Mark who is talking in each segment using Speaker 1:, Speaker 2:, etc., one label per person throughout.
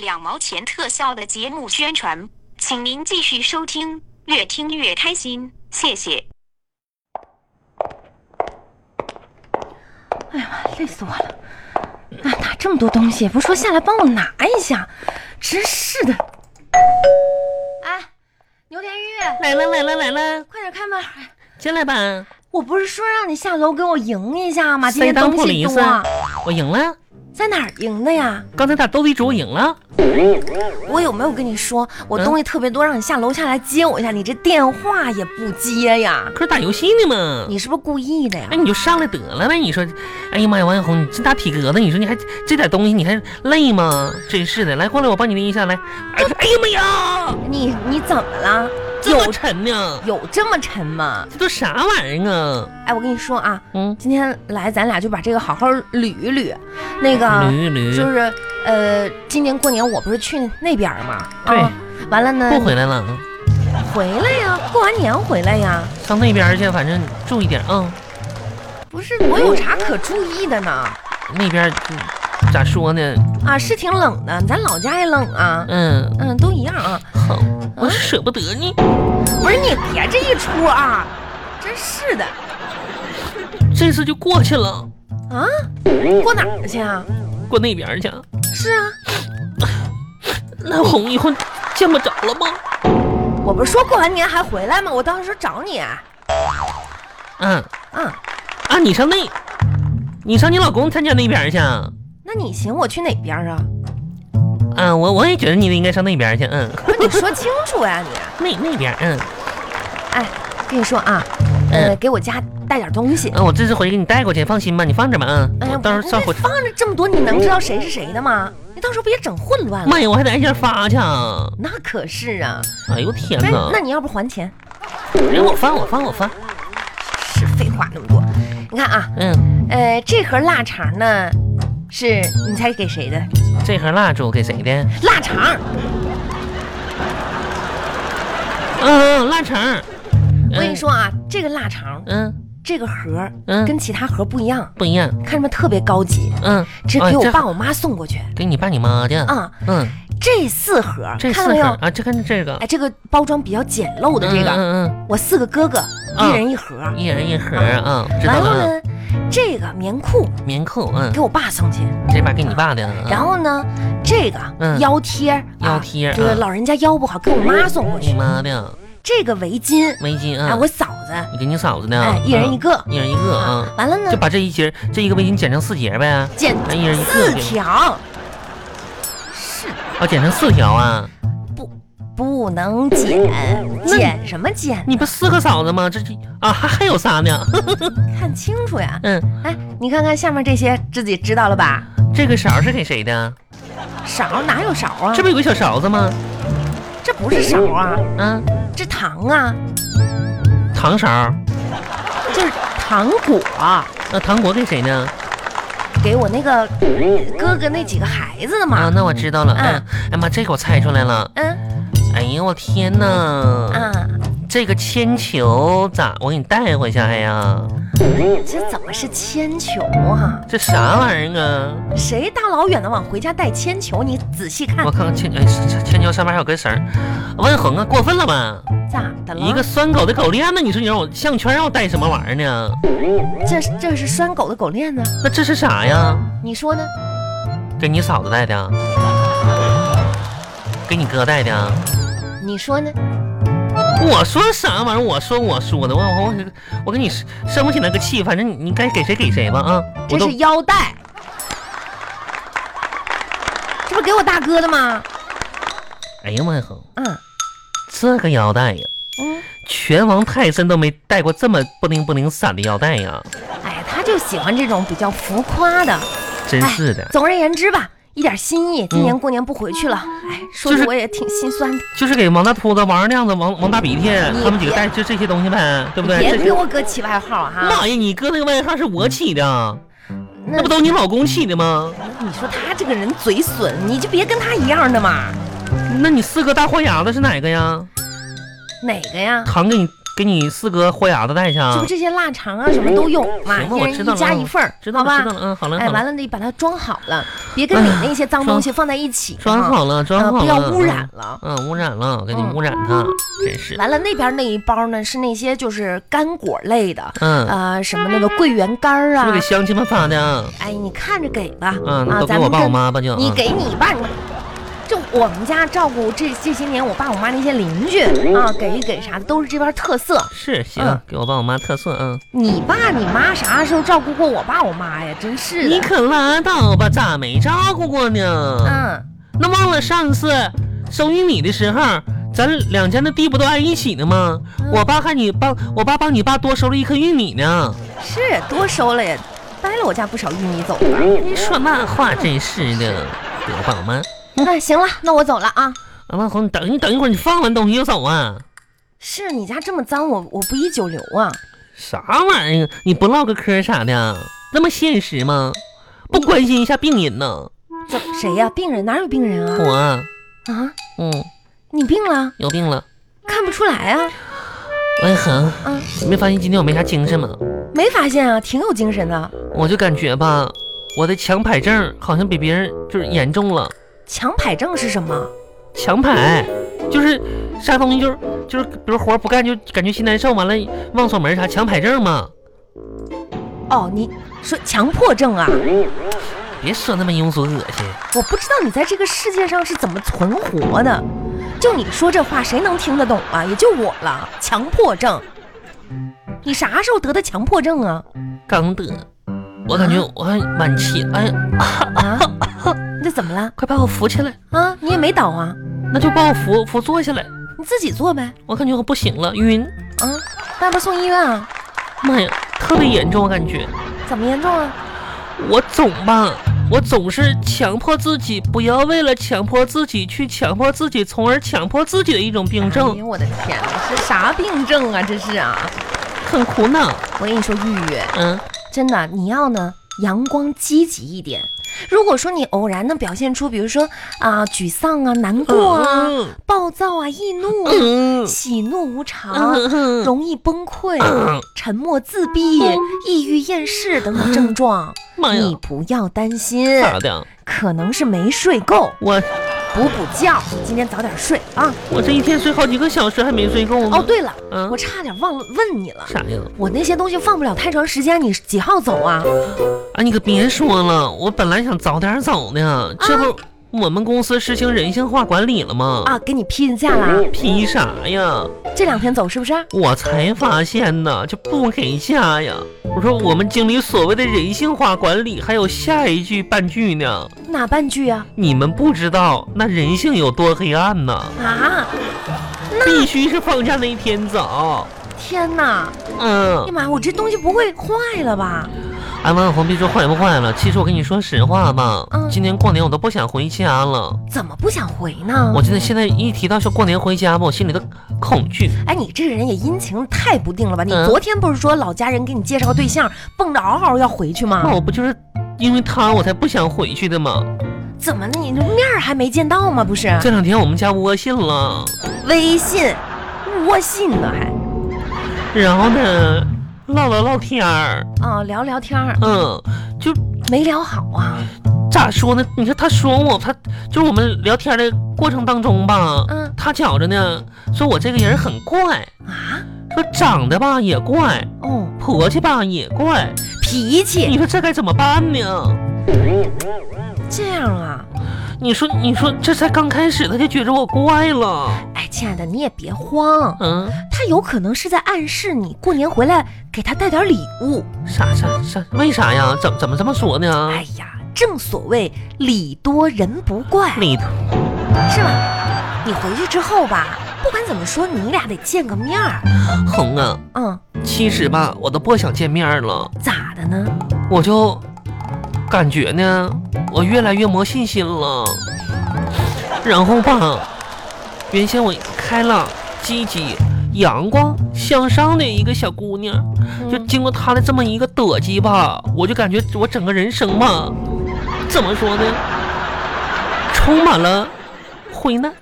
Speaker 1: 两毛钱特效的节目宣传，请您继续收听，越听越开心，谢谢。
Speaker 2: 哎呀妈，累死我了！哪哪这么多东西，也不说下来帮我拿一下，真是的。哎，牛田玉，
Speaker 3: 来了来了来了，
Speaker 2: 快点开门！
Speaker 3: 进来吧。
Speaker 2: 我不是说让你下楼给我赢一下吗？今
Speaker 3: 谁
Speaker 2: 天
Speaker 3: 当
Speaker 2: 东
Speaker 3: 破
Speaker 2: 西啊
Speaker 3: 驴
Speaker 2: 多
Speaker 3: 子，？我赢了。
Speaker 2: 在哪儿赢的呀？
Speaker 3: 刚才打斗地主我赢了，
Speaker 2: 我有没有跟你说，我东西特别多，让你下楼下来接我一下，你这电话也不接呀？
Speaker 3: 可是打游戏呢嘛。
Speaker 2: 你是不是故意的呀
Speaker 3: 哎，？你就上来得了呗！你说，哎呀妈呀，王小红，你这大体格子，你说你还这点东西，你还累吗？真是的，来过来，我帮你拎一下来。 哎哎呀妈呀，
Speaker 2: 你你怎么了？
Speaker 3: 这么
Speaker 2: 有
Speaker 3: 沉呢？
Speaker 2: 有这么沉吗？
Speaker 3: 这都啥玩意儿啊？
Speaker 2: 哎，我跟你说啊，
Speaker 3: 嗯，
Speaker 2: 今天来咱俩就把这个好好捋一捋。那个
Speaker 3: 驴驴
Speaker 2: 啊就是呃，今年过年我不是去那边儿嘛，
Speaker 3: 对
Speaker 2: 啊，完了呢，
Speaker 3: 不回来了，
Speaker 2: 回来呀，过完年回来呀，
Speaker 3: 上那边去，反正注意点啊。
Speaker 2: 不是我有啥可注意的呢？
Speaker 3: 那边嗯咋说呢？
Speaker 2: 啊，是挺冷的，咱老家也冷啊，
Speaker 3: 嗯，
Speaker 2: 嗯，都一样啊。
Speaker 3: 好，我舍不得你。
Speaker 2: 不是你别这一出啊，真是的
Speaker 3: 这次就过去了，
Speaker 2: 啊！过哪儿去啊？
Speaker 3: 过那边去。
Speaker 2: 是啊，
Speaker 3: 那红以后见不着了吗？
Speaker 2: 我不是说过完年还回来吗？我到时候找你啊。
Speaker 3: 嗯。
Speaker 2: 嗯，
Speaker 3: 啊，你上那，你上你老公他家那边去啊？
Speaker 2: 那你行，我去哪边啊？
Speaker 3: 嗯，我我也觉得你应该上那边去，嗯，
Speaker 2: 不是你说清楚呀、你。
Speaker 3: 那那边，嗯
Speaker 2: 哎，跟你说啊，呃，
Speaker 3: 嗯
Speaker 2: 给我家带点东西。
Speaker 3: 嗯，我这次回去给你带过去，放心吧，你放着吧，
Speaker 2: 哎
Speaker 3: 嗯，
Speaker 2: 呀
Speaker 3: 我，到时候上火
Speaker 2: 我
Speaker 3: 车
Speaker 2: 这，放着这么多，你能知道谁是谁的吗？你到时候别整混乱了。
Speaker 3: 妈呀，我还得挨家发去啊！
Speaker 2: 那可是啊，
Speaker 3: 哎呦天
Speaker 2: 不是
Speaker 3: 哪，
Speaker 2: 那你要不还钱？
Speaker 3: 哎我发我发我发，
Speaker 2: 是废话那么多。你看啊，
Speaker 3: 嗯，
Speaker 2: 呃，这盒腊肠呢，是你猜给谁的？
Speaker 3: 这盒蜡烛给谁的？
Speaker 2: 腊肠。
Speaker 3: 嗯嗯，蜡肠，
Speaker 2: 我跟你，说啊，这个腊肠，
Speaker 3: 嗯，
Speaker 2: 这个盒儿
Speaker 3: 嗯
Speaker 2: 跟其他盒儿不一样，
Speaker 3: 不一样，
Speaker 2: 看着它特别高级，
Speaker 3: 嗯，
Speaker 2: 这
Speaker 3: 哎
Speaker 2: 给我
Speaker 3: 这
Speaker 2: 爸我妈送过去。
Speaker 3: 给你爸你妈的，
Speaker 2: 啊
Speaker 3: 嗯，
Speaker 2: 这四盒儿，
Speaker 3: 这
Speaker 2: 看
Speaker 3: 四
Speaker 2: 到没
Speaker 3: 盒
Speaker 2: 有？
Speaker 3: 啊，这看这个
Speaker 2: 哎，，这个包装比较简陋的这个，
Speaker 3: 嗯
Speaker 2: 我四个哥哥一人一盒儿
Speaker 3: 嗯，。一人一盒啊，知道
Speaker 2: 然后
Speaker 3: 了，
Speaker 2: 呢，这个棉裤
Speaker 3: 嗯棉裤，嗯
Speaker 2: 给，我爸送去。
Speaker 3: 这把给你爸的，嗯
Speaker 2: 然后呢，这个
Speaker 3: 嗯
Speaker 2: 腰贴儿，
Speaker 3: 腰
Speaker 2: 啊
Speaker 3: 贴儿
Speaker 2: 这个
Speaker 3: 嗯
Speaker 2: 老人家腰不好，给我妈送过
Speaker 3: 你
Speaker 2: 去。
Speaker 3: 妈的
Speaker 2: 这个围巾，
Speaker 3: 围巾
Speaker 2: 哎，
Speaker 3: 啊，
Speaker 2: 我嫂子，
Speaker 3: 你给你嫂子呢？
Speaker 2: 哎，一人一个
Speaker 3: 啊，。一人一个啊，
Speaker 2: 完了呢
Speaker 3: 就，把这一节这一个围巾剪成四节呗，
Speaker 2: 剪
Speaker 3: 哎一人一个
Speaker 2: 四
Speaker 3: 呗
Speaker 2: 条，
Speaker 3: 啊，剪成四条啊，
Speaker 2: 不能剪，剪什么剪？
Speaker 3: 你不四个嫂子吗？这这啊还还有仨呢，
Speaker 2: 看清楚呀！
Speaker 3: 嗯，
Speaker 2: 哎，你看看下面这些，自己知道了吧？
Speaker 3: 这个勺是给谁的？
Speaker 2: 勺哪有勺啊
Speaker 3: 这？不有个小勺子吗？
Speaker 2: 这不是勺啊，
Speaker 3: 啊，
Speaker 2: 这糖啊，
Speaker 3: 糖勺，
Speaker 2: 这是糖果。啊
Speaker 3: 那糖果给谁呢？
Speaker 2: 给我那个哥哥那几个孩子的
Speaker 3: 啊，
Speaker 2: 嘛。
Speaker 3: 那我知道了，
Speaker 2: 嗯
Speaker 3: 嗯，哎妈，这个我猜出来了，
Speaker 2: 嗯
Speaker 3: 哎呦我天呐，
Speaker 2: 啊，
Speaker 3: 这个铅球咋我给你带回去？哎呀，
Speaker 2: 这怎么是铅球啊？
Speaker 3: 这啥玩意儿啊？
Speaker 2: 谁大老远的往回家带铅球？你仔细看
Speaker 3: 我，看看千哎千千桥上面还有根绳儿，万红啊，过分了吧？
Speaker 2: 咋的了？
Speaker 3: 一个拴狗的狗链子，你说你让我项圈让我戴什么玩意儿呢？
Speaker 2: 这这是拴狗的狗链子，
Speaker 3: 那这是啥呀？
Speaker 2: 你说呢？
Speaker 3: 给你嫂子戴的，给你哥戴的。
Speaker 2: 你说呢？
Speaker 3: 我说啥玩意儿？我说我说的，我我我跟你生生不起那个气，反正你你该给谁给谁吧啊！我
Speaker 2: 这
Speaker 3: 都
Speaker 2: 是腰带，这不给我大哥的吗？
Speaker 3: 哎呀妈呀，红
Speaker 2: 嗯
Speaker 3: 这个腰带呀，
Speaker 2: 嗯，
Speaker 3: 拳王泰森都没戴过这么不灵不灵闪的腰带呀，
Speaker 2: 哎，他就喜欢这种比较浮夸的。哎
Speaker 3: 真是的。
Speaker 2: 总而言之吧，一点心意。今年过年不回去了，哎，说
Speaker 3: 嗯就
Speaker 2: 的
Speaker 3: 是
Speaker 2: 我也挺心酸的。
Speaker 3: 就是给王大秃子、王二亮子、王王大鼻涕他们几个带就这些东西呗，对不对？
Speaker 2: 别
Speaker 3: 这
Speaker 2: 给我哥起外号啊哈。
Speaker 3: 妈呀，你哥那个外号是我起的，
Speaker 2: 那
Speaker 3: 那不都你老公起的吗？
Speaker 2: 你说他这个人嘴损，你就别跟他一样的嘛。
Speaker 3: 那你四个大豁牙子是哪个呀？
Speaker 2: 哪个呀？
Speaker 3: 糖给你给你四个豁牙子带去啊
Speaker 2: 就。这些腊肠啊什么都有嘛，
Speaker 3: 行吧
Speaker 2: 一
Speaker 3: 我
Speaker 2: 人
Speaker 3: 知道
Speaker 2: 一家
Speaker 3: 了
Speaker 2: 一份儿，
Speaker 3: 知
Speaker 2: 好
Speaker 3: 道了，
Speaker 2: 吧
Speaker 3: 知道？了，嗯，好了，
Speaker 2: 哎，
Speaker 3: 好
Speaker 2: 完
Speaker 3: 了，
Speaker 2: 了得把它装好了，别跟你
Speaker 3: 哎
Speaker 2: 那些脏东西放在一起，
Speaker 3: 装
Speaker 2: 啊
Speaker 3: 好了，装
Speaker 2: 啊
Speaker 3: 好了，
Speaker 2: 不要污染
Speaker 3: 嗯
Speaker 2: 了。
Speaker 3: 嗯，污染了，给你
Speaker 2: 嗯
Speaker 3: 污染它，真是，
Speaker 2: 完了，那边那一包呢是那些就是干果类的，
Speaker 3: 嗯，
Speaker 2: 呃，什么那个桂圆干儿
Speaker 3: 是不是
Speaker 2: 啊
Speaker 3: 给，乡亲们发的啊？
Speaker 2: 哎，你看着给吧，
Speaker 3: 嗯，那
Speaker 2: 啊，
Speaker 3: 都给
Speaker 2: 咱
Speaker 3: 我
Speaker 2: 们
Speaker 3: 爸我
Speaker 2: 跟
Speaker 3: 妈吧，就
Speaker 2: 你
Speaker 3: 嗯
Speaker 2: 给你吧，你就我们家照顾这这些年我爸我妈那些邻居啊，给一给啥的都是这边特色。
Speaker 3: 是行
Speaker 2: 嗯，
Speaker 3: 给我爸我妈特色，嗯，
Speaker 2: 你爸你妈啥时候照顾过我爸我妈呀？真是
Speaker 3: 你
Speaker 2: 的。
Speaker 3: 可拉倒吧，咋没照顾过呢？
Speaker 2: 嗯，
Speaker 3: 那忘了上次收玉米的时候，咱两家那地不都挨一起呢吗？我爸还你帮我爸帮你爸多收了一颗玉米呢。
Speaker 2: 是多收了呀，掰了我家不少玉米走了。
Speaker 3: 你说那话真是的，给我爸我妈。
Speaker 2: 那、哎行了，那我走了啊。
Speaker 3: 啊，万红，你等你等一会儿，你放完东西就走啊？
Speaker 2: 是你家这么脏，我我不宜久留啊。
Speaker 3: 啥玩意儿？你不唠个嗑啥的，那么现实吗？不关心一下病人呢？
Speaker 2: 怎么谁呀、病人哪有病人啊？
Speaker 3: 我啊，
Speaker 2: 啊，
Speaker 3: 嗯，
Speaker 2: 你病了？
Speaker 3: 有病了。
Speaker 2: 看不出来啊？
Speaker 3: 万恒，
Speaker 2: 啊，
Speaker 3: 你没发现今天我没啥精神吗？
Speaker 2: 没发现啊，挺有精神的。
Speaker 3: 我就感觉吧，我的强迫症好像比别人就是严重了。
Speaker 2: 强迫症是什么？
Speaker 3: 强迫就是啥东西就是就是，比如活儿不干就感觉心难受，完了忘锁门啥强迫症嘛。
Speaker 2: 哦，你说强迫症啊？
Speaker 3: 别说那么庸俗恶心。
Speaker 2: 我不知道你在这个世界上是怎么存活的。就你说这话，谁能听得懂啊？也就我了。强迫症，你啥时候得的强迫症啊？
Speaker 3: 刚得，我感觉我还晚期，哎呀，
Speaker 2: 啊？那怎么了？
Speaker 3: 快把我扶起来，
Speaker 2: 啊，你也没倒啊？
Speaker 3: 那就把我扶扶坐下来。
Speaker 2: 你自己做呗。
Speaker 3: 我感觉我不行了，晕，
Speaker 2: 啊，那要不送医院啊？
Speaker 3: 妈呀，特别严重，我感觉
Speaker 2: 怎么严重啊？
Speaker 3: 我总吧，我总是强迫自己，不要为了强迫自己去强迫自己，从而强迫自己的一种病
Speaker 2: 哎
Speaker 3: 症，
Speaker 2: 呦我的天哪，是啥病症啊？这是啊！
Speaker 3: 很苦恼。
Speaker 2: 我跟你说，玉玉，
Speaker 3: 嗯，
Speaker 2: 真的，你要呢阳光积极一点。如果说你偶然的表现出，比如说啊、沮丧啊、难过啊、
Speaker 3: 嗯
Speaker 2: 暴躁啊、易怒啊、
Speaker 3: 嗯
Speaker 2: 喜怒无常、
Speaker 3: 嗯
Speaker 2: 容易崩溃、
Speaker 3: 嗯
Speaker 2: 沉默、自闭、抑郁、厌世等等症状，
Speaker 3: 妈呀
Speaker 2: 你，不要担心，
Speaker 3: 咋的？啊
Speaker 2: 可能是没睡够，
Speaker 3: 我
Speaker 2: 补补觉，今天早点睡啊。
Speaker 3: 我这一天睡好几个小时还没睡够呢。
Speaker 2: 哦，，对了，
Speaker 3: 嗯
Speaker 2: 我差点忘了问你了。
Speaker 3: 啥呀？
Speaker 2: 我那些东西放不了太长时间，你几号走啊？
Speaker 3: 啊，你可别说了，我本来想早点走呢，这不我们公司实行人性化管理了吗？
Speaker 2: 啊，给你批的假了，
Speaker 3: 批啥呀？
Speaker 2: 这两天走是不啊是？
Speaker 3: 我才发现呢，就不给下呀！我说我们经理所谓的人性化管理，还有下一句半句呢，
Speaker 2: 哪半句啊？
Speaker 3: 你们不知道那人性有多黑暗呐！
Speaker 2: 啊！
Speaker 3: 必须是放假那一天早。
Speaker 2: 天哪！哎呀
Speaker 3: 嗯，
Speaker 2: 妈呀，我这东西不会坏了吧？
Speaker 3: 哎，万红，别说坏不坏了，其实我跟你说实话吧，
Speaker 2: 嗯
Speaker 3: 今年过年我都不想回家了。
Speaker 2: 怎么不想回呢？
Speaker 3: 我真的现在一提到说过年回家吧，我心里都恐惧。
Speaker 2: 哎，你这个人也阴晴太不定了吧？你
Speaker 3: 嗯
Speaker 2: 昨天不是说老家人给你介绍个对象，蹦着嗷嗷要回去
Speaker 3: 那
Speaker 2: 吗？
Speaker 3: 我不就是因为他我才不想回去的吗？
Speaker 2: 怎么你这面儿还没见到吗？不是
Speaker 3: 这两天我们家窝信了。
Speaker 2: 微信，窝信呢还
Speaker 3: 然后呢，唠了唠天儿，
Speaker 2: 啊、聊聊天儿
Speaker 3: 嗯，就
Speaker 2: 没聊好啊？
Speaker 3: 咋说呢？你说他说我，他就是我们聊天的过程当中吧，
Speaker 2: 嗯
Speaker 3: 他觉着呢，说我这个人很怪，
Speaker 2: 啊
Speaker 3: 说长得吧也怪，
Speaker 2: 哦，
Speaker 3: 婆家吧也怪，
Speaker 2: 脾气
Speaker 3: 你说这该怎么办呢？
Speaker 2: 这样啊？
Speaker 3: 你说，你说这才刚开始，他就觉着我怪了，
Speaker 2: 哎，亲爱的，你也别慌，
Speaker 3: 嗯，
Speaker 2: 他有可能是在暗示你过年回来给他带点礼物。
Speaker 3: 啥啥啥？为啥呀？怎怎么这么说呢？
Speaker 2: 哎呀，正所谓礼多人不怪，
Speaker 3: 你
Speaker 2: 是吧？你回去之后吧，不管怎么说，你俩得见个面儿。
Speaker 3: 红啊，
Speaker 2: 嗯，
Speaker 3: 其实吧，我都不想见面儿了。
Speaker 2: 咋的呢？
Speaker 3: 我就感觉呢，我越来越没信心了。然后吧，原先我开朗、积极、阳光、向上的一个小姑娘，
Speaker 2: 嗯
Speaker 3: 就经过她的这么一个躲击吧，我就感觉我整个人生吧，怎么说呢，充满了灰难。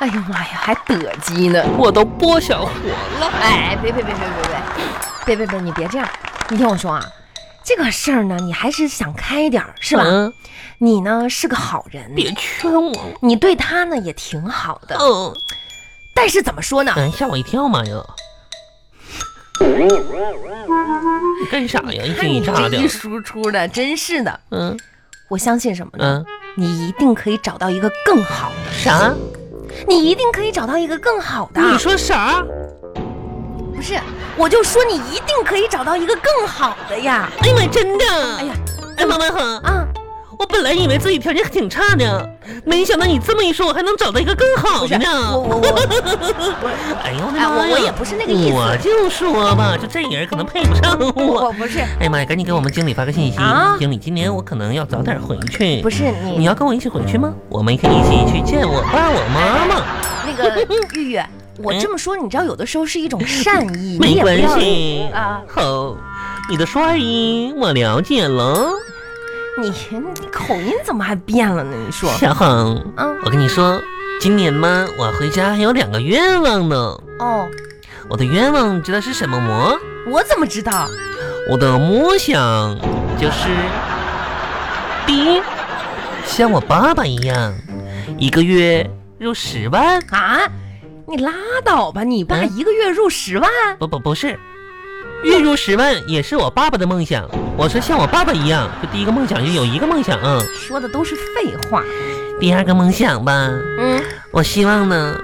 Speaker 2: 哎呦妈呀，还得鸡呢！
Speaker 3: 我都播小火了。
Speaker 2: 哎，别别别别别别，别别别，你别这样，你听我说啊，这个事儿呢，你还是想开点儿，是吧？
Speaker 3: 嗯，
Speaker 2: 你呢是个好人，
Speaker 3: 别劝我了。
Speaker 2: 你对他呢也挺好的，
Speaker 3: 嗯，
Speaker 2: 但是怎么说呢？
Speaker 3: 哎，吓我一跳，妈呀！你干啥呀？一
Speaker 2: 看哎
Speaker 3: 惊
Speaker 2: 你
Speaker 3: 一
Speaker 2: 这
Speaker 3: 乍
Speaker 2: 一
Speaker 3: 的。
Speaker 2: 输出的，真是的。
Speaker 3: 嗯
Speaker 2: 我相信什么呢？
Speaker 3: 嗯，
Speaker 2: 你一定可以找到一个更好的，
Speaker 3: 啥？
Speaker 2: 你一定可以找到一个更好的。
Speaker 3: 你说啥？
Speaker 2: 不是？我就说你一定可以找到一个更好的呀！
Speaker 3: 哎呀妈，真的！哎
Speaker 2: 哎呀，
Speaker 3: 哎妈妈好，
Speaker 2: 啊，
Speaker 3: 我本来以为自己条件挺差的，没想到你这么一说，我还能找到一个更好的呢。
Speaker 2: 我我我，
Speaker 3: 哎呦我的
Speaker 2: 哎，
Speaker 3: 妈
Speaker 2: 我
Speaker 3: 呀！
Speaker 2: 我也不是那个意
Speaker 3: 我
Speaker 2: 思，
Speaker 3: 就说吧，就这人可能配不上我
Speaker 2: 我。不是
Speaker 3: 哎呀妈呀，赶紧给我们经理发个信息。
Speaker 2: 啊
Speaker 3: 经理，今年我可能要早点回去。
Speaker 2: 不是
Speaker 3: 你
Speaker 2: 你
Speaker 3: 要跟我一起回去吗？我们可以一起去见我爸我妈妈，
Speaker 2: 那 个玉玉，我
Speaker 3: 嗯
Speaker 2: 这么说，你知道有的时候是一种善意，你
Speaker 3: 没
Speaker 2: 也不
Speaker 3: 关
Speaker 2: 要
Speaker 3: 系。
Speaker 2: 啊，
Speaker 3: 好，你的帅意我了解了。
Speaker 2: 你你口音怎么还变了呢？你说
Speaker 3: 小红，
Speaker 2: 啊，
Speaker 3: 我跟你说，今年嘛，我回家还有两个愿望呢。
Speaker 2: 哦，
Speaker 3: 我的愿望你知道是什么吗？
Speaker 2: 我怎么知道？
Speaker 3: 我的梦想就是，第一，像我爸爸一样，一个月入十万。
Speaker 2: 啊，你拉倒吧！你爸
Speaker 3: 嗯
Speaker 2: 一个月入十万，
Speaker 3: 不不不是，月入十万也是我爸爸的梦想。我说像我爸爸一样，就第一个梦想就有一个梦想啊。
Speaker 2: 说的都是废话。
Speaker 3: 第二个梦想吧，
Speaker 2: 嗯，
Speaker 3: 我希望呢，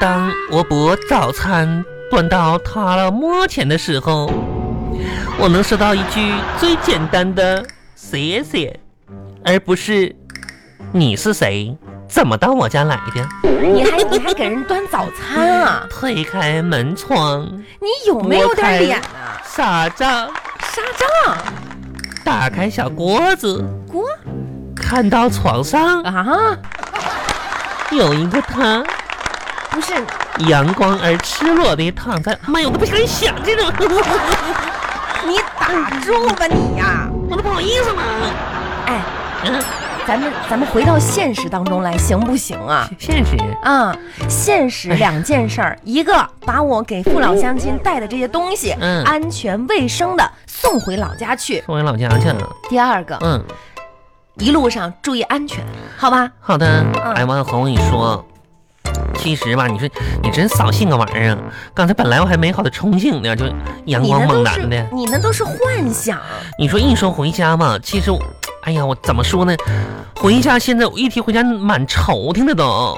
Speaker 3: 当我把早餐端到他的摸前的时候，我能收到一句最简单的“谢谢”，而不是“你是谁，怎么到我家来的
Speaker 2: 你还你还给人端早餐啊”？？
Speaker 3: 推开门窗，
Speaker 2: 你有没有点脸
Speaker 3: 我
Speaker 2: 啊？
Speaker 3: 傻账，
Speaker 2: 杀账
Speaker 3: 打开小锅子，
Speaker 2: 锅
Speaker 3: 看到床上
Speaker 2: 啊？
Speaker 3: 有一个他，
Speaker 2: 不是，
Speaker 3: 阳光而赤裸的躺在，妈呀，我都不敢想这种，
Speaker 2: 你打住吧你呀、
Speaker 3: 我都不好意思了。
Speaker 2: 哎，
Speaker 3: 嗯，
Speaker 2: 咱们咱们回到现实当中来，行不行啊？
Speaker 3: 现实。
Speaker 2: 啊，现实两件事儿，一个把我给父老乡亲带的这些东西，
Speaker 3: 嗯
Speaker 2: 安全卫生的送回老家去；
Speaker 3: 送回老家去了。
Speaker 2: 第二个，
Speaker 3: 嗯，
Speaker 2: 一路上注意安全，好吧？
Speaker 3: 好的。
Speaker 2: 嗯
Speaker 3: 哎，王小红，我跟你说，其实吧，你说你真扫兴个玩意儿啊。刚才本来我还美好的憧憬呢，就阳
Speaker 2: 你
Speaker 3: 光
Speaker 2: 那
Speaker 3: 猛
Speaker 2: 都是
Speaker 3: 男的。
Speaker 2: 你那都是幻想。
Speaker 3: 你说一说回家吧，其实我，哎呀，我怎么说呢？回家现在我一提回家满愁挺的都。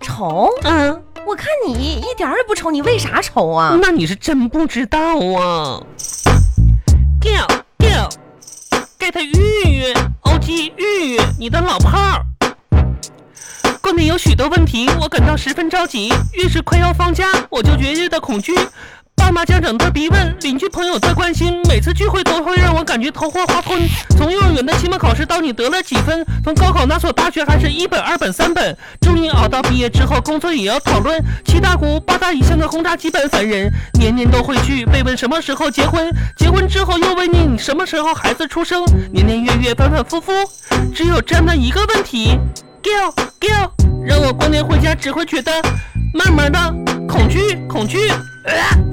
Speaker 2: 丑？
Speaker 3: 嗯，
Speaker 2: 我看你一点儿也不丑，你为啥丑啊？
Speaker 3: 那你是真不知道啊。掉掉，get 玉玉，OG 玉玉，你的老炮儿。过年有许多问题，我感到十分着急。越是快要放假，我就越觉得恐惧。爸妈、家长的逼问，邻居朋友的关心，每次聚会都会让我感觉头昏花昏。从幼儿园的期末考试到你得了几分，从高考那所大学还是一本、二本、三本，终于熬到毕业之后，工作也要讨论。七大姑八大姨向的轰炸基本烦人，年年都会去被问什么时候结婚，结婚之后又问你你什么时候孩子出生，年年月月反反复复，只有这么一个问题。Giao Giao，让我过年回家只会觉得慢慢的恐惧恐惧。呃